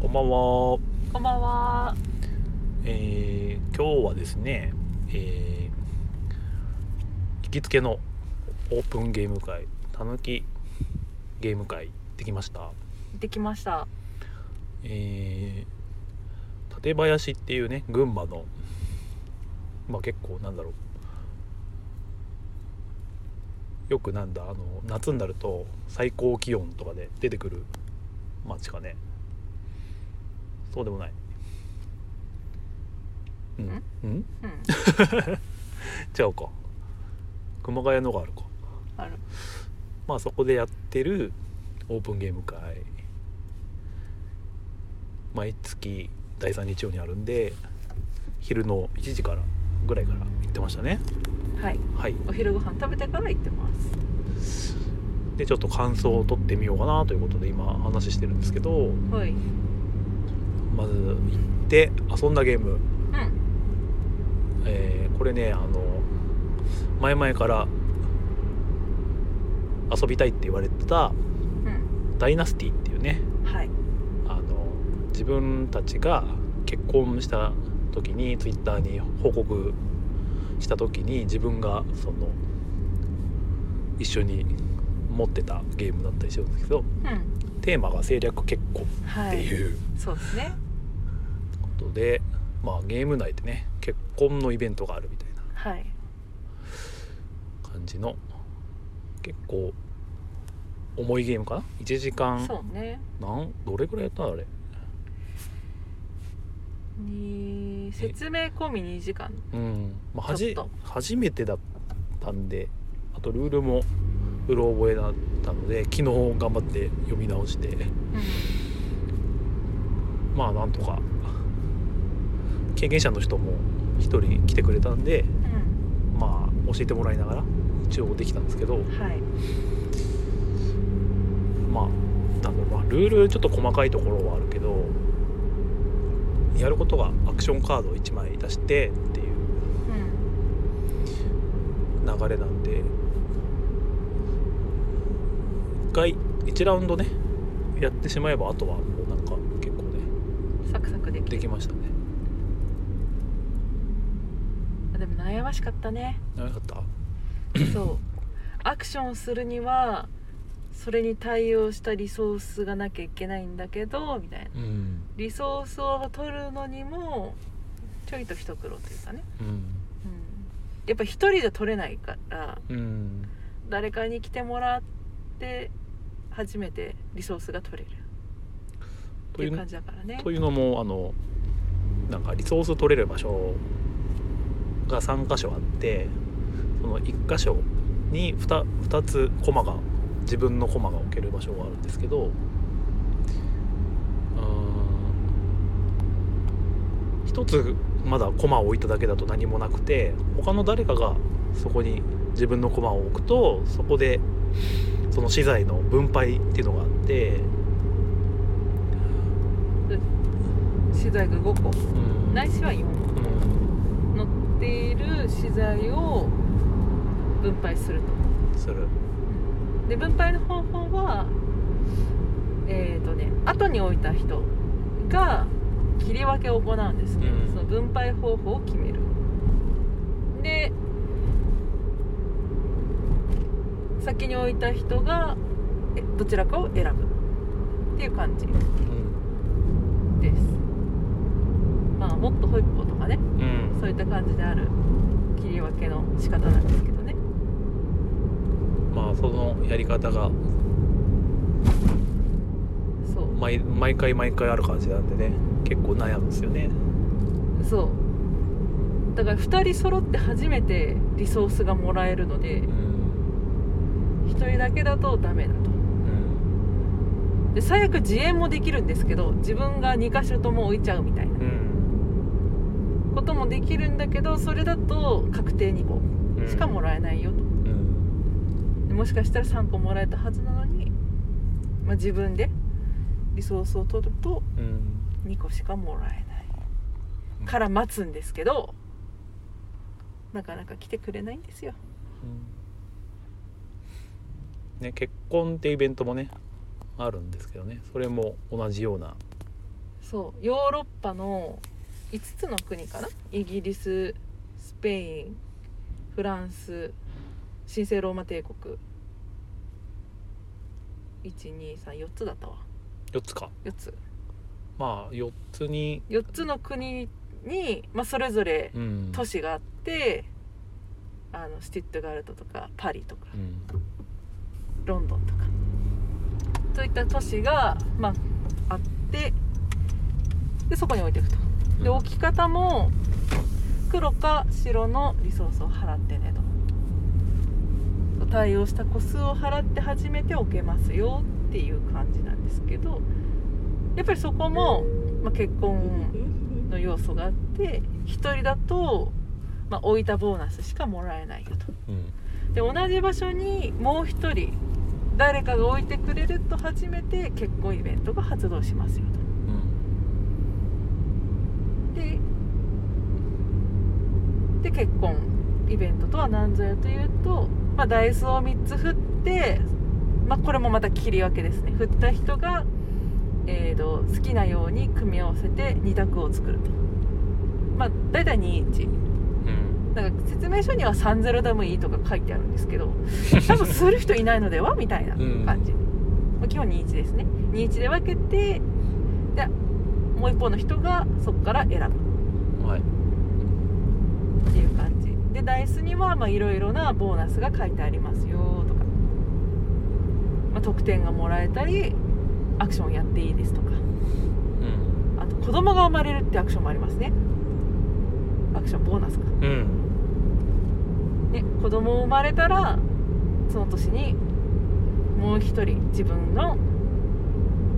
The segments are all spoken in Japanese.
こんばんは、こんばんは。えー今日はですね、えー行きつけのオープンゲーム会たぬきゲーム会できました行ってきました。えー館林っていうね群馬のまあ結構なんだろうよくなんだあの夏になると最高気温とかで出てくる街かねそうでもないうんうんうん。違うか熊谷のがあるかある。まあそこでやってるオープンゲーム会毎月第3日曜にあるんで昼の1時からぐらいから行ってましたねはい。はいお昼ご飯食べてから行ってます。でちょっと感想を取ってみようかなということで今話してるんですけどはい。まず行って遊んだゲーム、うん。えーこれねあの前々から遊びたいって言われてたう「ん。ダイナスティ」っていうねはい。あの自分たちが結婚した時にツイッターに報告した時に自分がその一緒に持ってたゲームだったりするんですけどうん。テーマが政略結婚っはてい。いうそうですね。ことで、まあゲーム内でね結婚のイベントがあるみたいなはい。感じの結構重いゲームかな1時間そうね。なんどれぐらいやったのあれに説明込み2時間。うん、まあ、はじちょっ初めてだったんであとルールもうろ覚えだったので昨日頑張って読み直してうまあなんとか経験者の人も1人来てくれたんでん。うん。まあ教えてもらいながら一応できたんですけどはい。まあなんだろうまあルールちょっと細かいところはあるけどやることがアクションカードを1枚出してっていううん。流れなんで1回1ラウンドねやってしまえばあとはもうなんか結構ねサクサクできできる。ましたねあでも悩ましかったね。長かったそう。アクションするには。それに対応したリソースがなきゃいけないんだけどみたいなうんリソースを取るのにもちょいと一苦労というかねうんうんやっぱ一人じゃ取れないからうん誰かに来てもらって初めてリソースが取れるっとていいうう感じだからねというのもあのなんかリソース取れる場所が3箇所あってその1箇所に 2, 2つコマが自分のコマが置ける場所があるんですけどうーん1つまだコマを置いただけだと何もなくて他の誰かがそこに自分のコマを置くとそこでその資材の分配っていうのがあって。資材が5個うんないしは4個うん乗っている資材を分配するするとで分配の方法はえっ、とね後に置いた人が切り分けを行うんですね、うんその分配方法を決めるで先に置いた人がえどちらかを選ぶっていう感じうん、ですまあもっとホイップとかねそういった感じである切り分けの仕方なんですけどねまあそのやり方がそう毎毎回毎回ある感じなんでね結構悩むんですよねそうだから2人揃って初めてリソースがもらえるのでん、 1人だけだとダメだとうんで最悪自演もできるんですけど自分が2箇所とも置いちゃうみたいなうんこともできるんだけどそれだと確定2個うんしかもらえないよとうんでもしかしたら3個もらえたはずなのに、まあ、自分でリソースを取るとうん2個しかもらえないうんから待つんですけどなかなか来てくれないんですよね結婚ってイベントもねあるんですけどねそれも同じようなそうヨーロッパの5つの国かなイギリススペインフランス神聖ローマ帝国1234つだったわ4つか4つまあ4つに4つの国に、まあ、それぞれうん都市があってあのスティットガルトとかパリとかうんロンドンとかといった都市が、まあ、あってでそこに置いていくとでうん置き方も黒か白のリソースを払ってねとそう対応した個数を払って初めて置けますよっていう感じなんですけどやっぱりそこも、まあ、結婚の要素があって1人だと、まあ、置いたボーナスしかもらえないよと。うんで同じ場所にもう一人誰かが置いてくれると初めて結婚イベントが発動しますようんとでで結婚イベントとは何ぞやというと、まあ、ダイスを3つ振って、まあ、これもまた切り分けですね振った人が、えー、と好きなように組み合わせて2択を作ると。まあ、大体21うんなんか説明書には30でもいいとか書いてあるんですけど多分する人いないのではみたいな感じ、まあ基本21ですね21で分けてでもう一方の人がそこから選ぶはいっていう感じでダイスにはまあいろいろなボーナスが書いてありますよとか、まあ、得点がもらえたりアクションやっていいですとかうんあと子供が生まれるってアクションもありますねアクションボーナスかうんね、子供生まれたらその年にもう一人自分の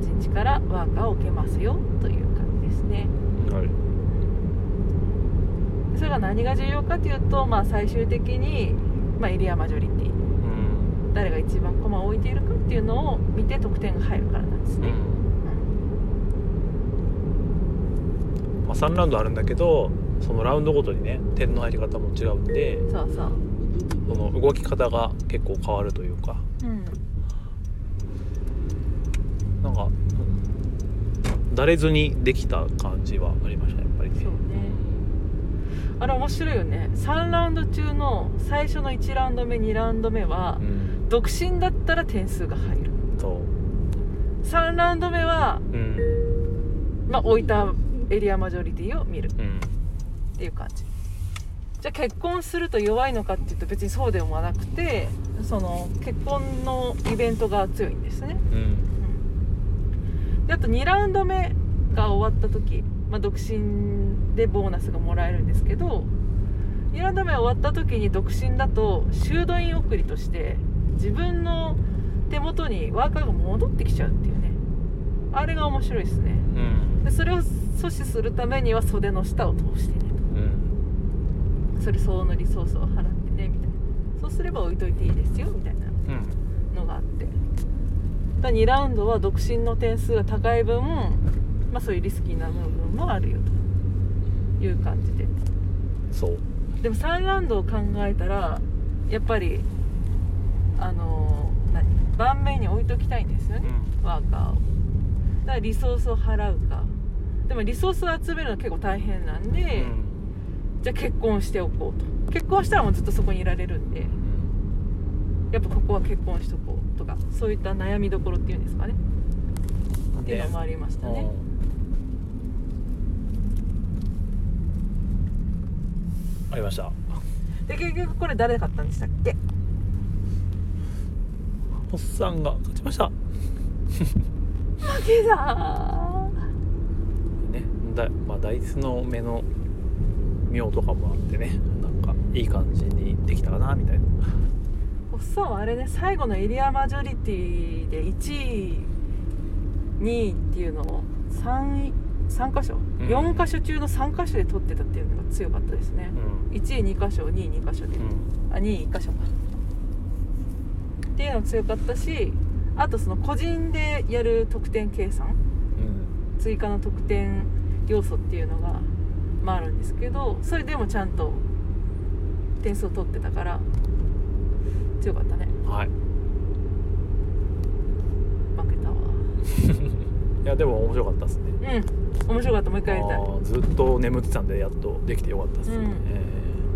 人事からワーカーを受けますよという感じですねはいそれが何が重要かというと、まあ、最終的に、まあ、エリアマジョリテうィん誰が一番駒を置いているかっていうのを見て得点が入るからなんですうね、んまあ3ラウンドあるんだけどそのラウンドごとにね点の入り方も違うんでそうそう、その動き方が結構変わるというかうん、なんかだれずにできた感じはありましたやっぱりねそうねあれ面白いよね3ラウンド中の最初の1ラウンド目2ラウンド目はうん独身だったら点数が入るそ3ラウンド目は、ううんまあ、置いたエリアマジョリティを見るうんっていう感じじゃあ結婚すると弱いのかっていうと別にそうでもなくてその結婚のイベントが強いんですね、うんうんであと2ラウンド目が終わった時、まあ、独身でボーナスがもらえるんですけど2ラウンド目終わった時に独身だと修道院送りとして自分の手元にワーカーが戻ってきちゃうっていうねあれが面白いですねうんでそれを阻止するためには袖の下を通してねうんとそれ相応のリソースを払ってねみたいなそうすれば置いといていいですよみたいなうんのがあってだ2ラウンドは独身の点数が高い分、まあ、そういうリスキーな部分もあるよという感じでそうでも3ラウンドを考えたらやっぱりあの何盤面に置いときたいんですよねうんワーカーをだからリソースを払うかでもリソースを集めるの結構大変なんうで、んじゃあ結婚しておこうと結婚したらもうずっとそこにいられるんでうんやっぱここは結婚しとこうとかそういった悩みどころっていうんですかねっていうのもありましたねうんありましたで結局これ誰だったんでしたっけおっさんが勝ちました負けだねだまあダイスの目の妙とかもあってねなんかいい感じにできたかなみたいなおっさんはあれね最後のエリアマジョリティで1位2位っていうのを 3, 三箇所、うん四4箇所中の3箇所で取ってたっていうのが強かったですねう、ん1位2箇所2位2箇所で、うんあ2位1箇所かっていうの強かったしあとその個人でやる得点計算うん追加の得点要素っていうのが、まあ、あるんですけどそれでもちゃんと点数を取ってたから強かったねはい負けたわいやでも面白かったですねうん面白かったもう一回やりたいあーずっと眠ってたんでやっとできてよかったですね、うんこ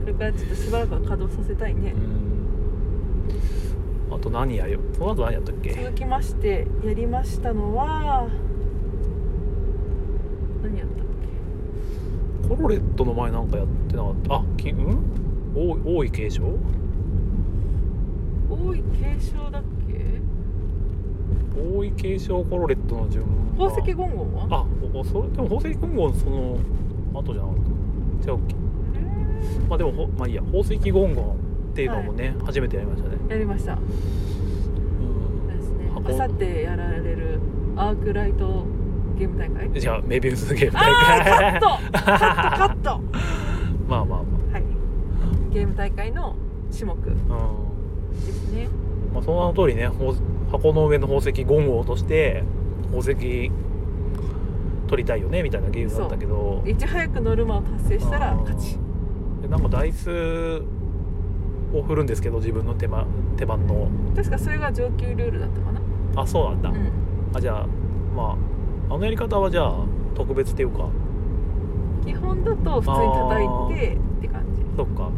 れからちょっとしばらくは稼働させたいえねーうんあと何やよその後何やったっけ続きましてやりましたのは何やったっコロレットの前なんかやってなかったあきうん王王位継承け王位継承だっけ王位継承コロレットの順番宝石ゴンゴンはあおそれでも宝石金剛その後じゃなかった違うっけまあでもほまあいいや宝石金剛っていうのもね、初めてやりましたねえーやりましたそうですね箱あさってやられるアークライトゲーム大会じゃあメビウスゲームあ大会ーカットカットカット まあまあまはいゲーム大会の種目あ、うんですねまあ、その名の通りねほう箱の上の宝石ゴングを落として宝石取りたいよねみたいなゲームだったけどいち早くノルマを達成したら勝ちでなんかダイスを振るんですけど自分の手間手番の確かそれが上級ルールだったかなあそうなんだ、うんあじゃあまああのやり方はじゃあ特別っていうか基本だと普通に叩いてって感じそっか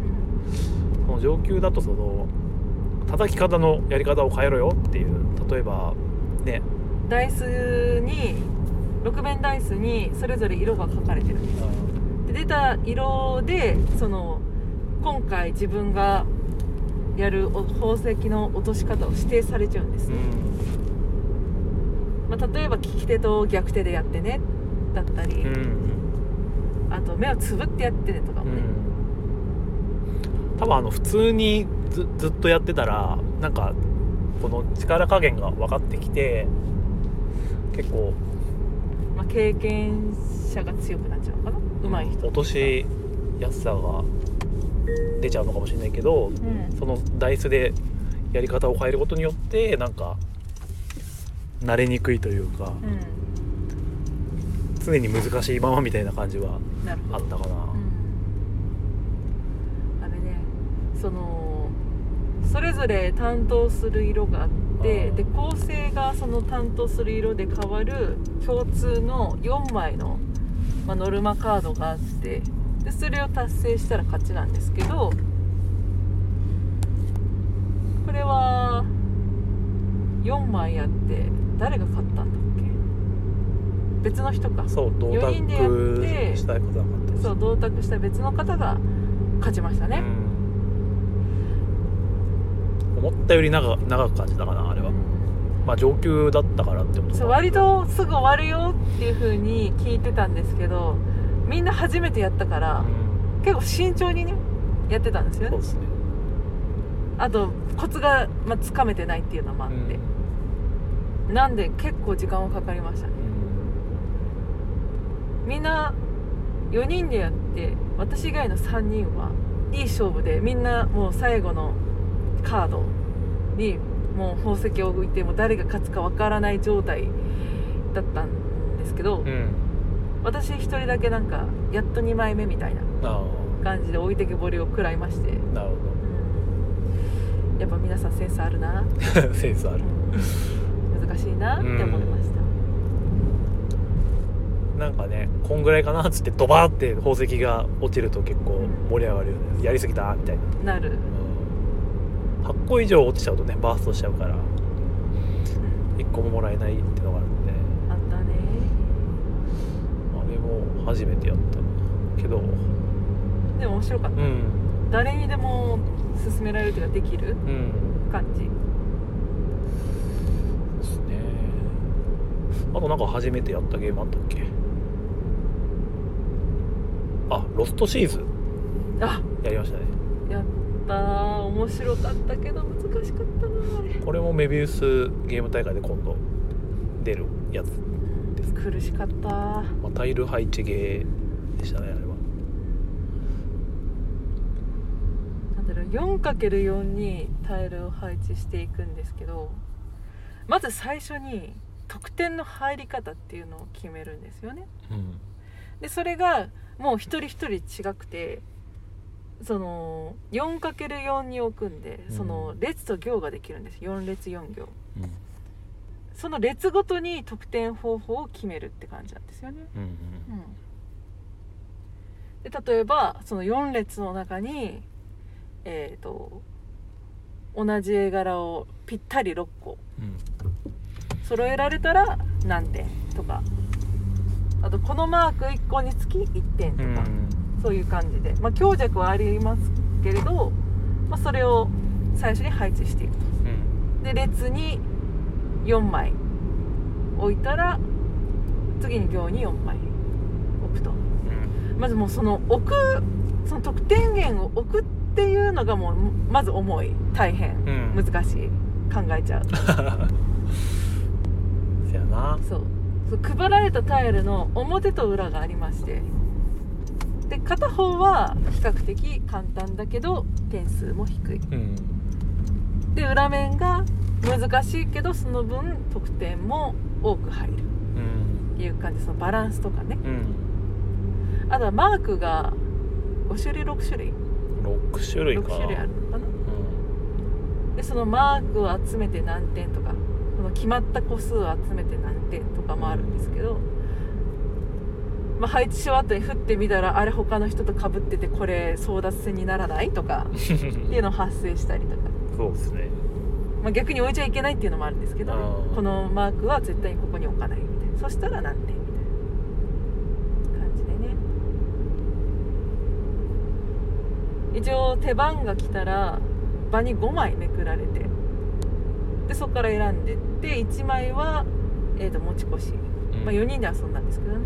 うんその上級だとその叩き方のやり方を変えろよっていう例えばねダイスに6面ダイスにそれぞれ色が書かれてるんですで出た色でその今回自分がやるお宝石の落とし方を指定されちゃうんですうね、んまあ、例えば利き手と逆手でやってねだったり、うんあと目をつぶってやってねとかうもね、ん多分あの普通にずずっとやってたらなんかこの力加減が分かってきて結構まあ、経験者が強くなっちゃうのかな上手い人落としやすさが出ちゃうのかもしれないけどうんそのダイスでやり方を変えることによってなんか慣れにくいというかう常に難しいままみたいな感じはんなるほあどったかな、うんあれねそのそれぞれ担当する色があってあーで構成がその担当する色で変わる共通の4枚の、まあ、ノルマカードがあってでそれを達成したら勝ちなんですけどこれは4枚やって誰が勝ったんだっけ別の人かそう同四人でやって卓したい方なかったですそう同卓した別の方が勝ちましたね、うん思ったより長長く感じたかなあれは、まあ上級だったからってことそうか割とすぐ終わるよっていう風に聞いてたんですけどみんな初めてやったかうらん結構慎重にねやってたんですよそうねですねあとコツがまあつかめてないっていうのもあっうんて、なんで結構時間はかかりましたねみんな4人でやって私以外の3人はいい勝負でみんなもう最後のカードにもう宝石を置いてもう誰が勝つかわからない状態だったんですけど、うん私1人だけなんかやっと2枚目みたいなあ感じで置いてけぼりを食らいまして、うあなるほんやっぱ皆さんセンスあるな、ど センスあるうん難しいなって思いました、なんかねこんぐらいかなっつってドバーって宝石が落ちると結構盛り上がるよねやりすぎたみたいな、なる、うん、8個以上落ちちゃうとねバーストしちゃうから1個ももらえないってのがあるんであったねあれも初めてやったけどうでも面白かったん誰にでも勧められるというかできるうん感じですねあとなんか初めてやったゲームあったっけあロストシーズあやりましたねやったー面白かったけど難しかったなーあれこれもメビウスゲーム大会で今度出るやつ、苦しかったーまあ、タイル配置ゲーでしたねあれはなんだろう 4×4 にタイルを配置していくんですけどまず最初に得点の入り方っていうのを決めるんですよね。うんでそれがもう一人一人違くてその 4×4 に置くんでその列と行ができるんです4列4行。その列ごとに得点方法を決めるって感じなんですよね。うんで例えばその4列の中に、えー、と同じ絵柄をぴったり6個うん揃えられたら何点とかあとこのマーク1個につき1点とうか、んそういう感じで、まあ、強弱はありますけれど、まあ、それを最初に配置していくうんで列に4枚置いたら次に行に4枚置くとまずもうその置くその得点源を置くっていうのがもうまず重い大変うん難しい考えちゃうせやなそうそう配られたタイルの表と裏がありましてで片方は比較的簡単だけど点数も低いうんで裏面が難しいけどその分得点も多く入るうんっていう感じそのバランスとかねうんあとはマークが5種類6種類6種類6か種類あるのかなでそのマークを集めて何点とかその決まった個数を集めて何点とかもあるんですけど、まあ、配置し終わったり振ってみたらあれ他の人とかぶっててこれ争奪戦にならないとかうんっていうの発生したりとか、そうですねまあ、逆に置いちゃいけないっていうのもあるんですけどね、あーこのマークは絶対にここに置かないみたいなそしたら何点みたいな感じでね一応手番が来たら場に5枚めくられてでそこから選んでって1枚は、えー、と持ち越し、まあ、4人で遊んだんですけどね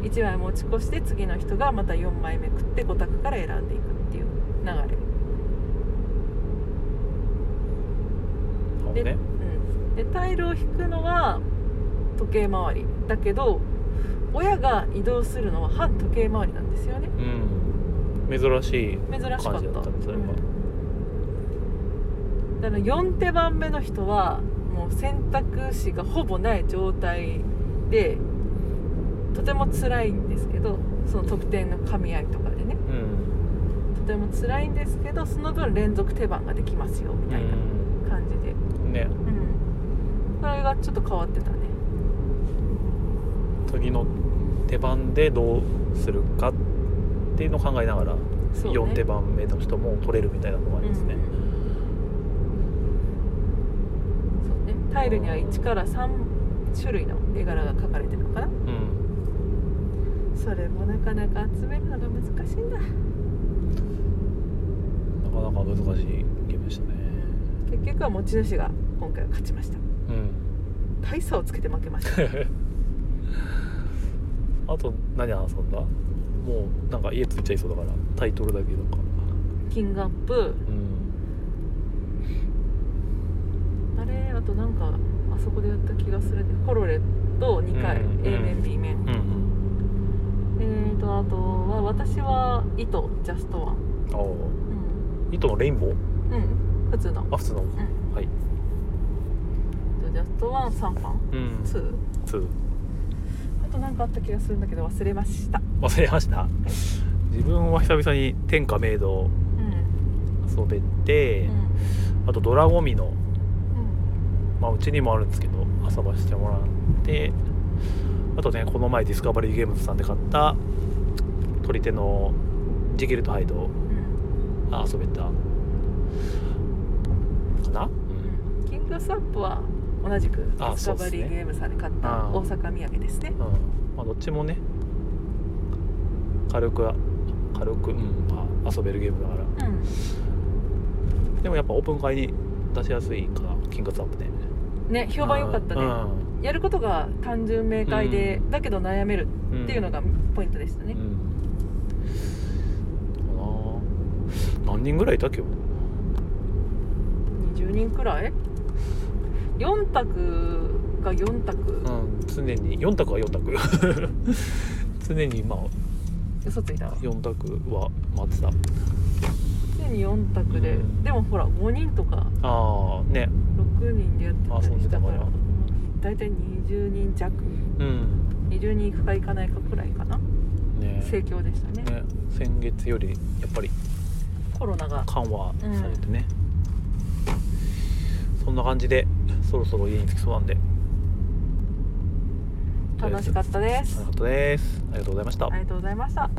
うん1枚持ち越して次の人がまた4枚めくって5択から選んでいくっていう流れそうねうん、でタイルを引くのは時計回りだけど親が移動するのは反時計回りなんですよねうん珍しい珍しかった感じだったねそれはうんだから4手番目の人はもう選択肢がほぼない状態でとても辛いんですけどその得点の噛み合いとかでねうんとても辛いんですけどその分連続手番ができますよみたいな感じでうんねうん、それがちょっと変わってたね次の手番でどうするかっていうのを考えながらそうね4手番目の人も取れるみたいなのもありますねうんそうねタイルには1から3種類の絵柄が描かれてるのかなうんそれもなかなか集めるのが難しいんだなかなか難しいゲームでしたね結局は持ち主が今回は勝ちましたうん大差をつけて負けました あと何遊んだもうなんか家ついちゃいそうだからタイトルだけとかキングアップうんあれあとなんかあそこでやった気がするねコロレと2回、うん A 面 B 面、うんえーとあとは私は糸ジャストワンああ糸のレインボーうん、うん、普通のあ普通のうんはい糸ジャストワン3番うん2 2あとなんかあった気がするんだけど忘れました忘れました自分は久々に天下メイドをうん遊べて、うんあとドラゴミのうんまあうちにもあるんですけど遊ばしてもらってあとねこの前ディスカバリーゲームズさんで買った取り手のジギルとハイドをうんあ遊べたかな、うん、うんキングスアップは同じくデあィスそうカバリっすねーゲームさんで買っあたー大阪土産ですねうんまあ、どっちもね軽くは軽く、うんまあ、遊べるゲームだからうんでもやっぱオープン会に出しやすいから金額アップねね評判良かったねうんやることが単純明快で、だけど悩めるっていうのがポイントでしたね、うんかな何人ぐらいいたっけよ20人くらい4択が4択、うん、常に4択は4択 常にまあ嘘ついたわ4択は待ってた常に4択で、うんでもほら5人とかああね6人でやってたりした遊かんでたからら大体20人弱うん20人いくかいかないかくらいかなね盛況でしたねね先月よりやっぱりコロナが緩和されてね、そんな感じでそろそろ家に着きそうなんで楽しかったです楽しかったですありがとうございましたありがとうございました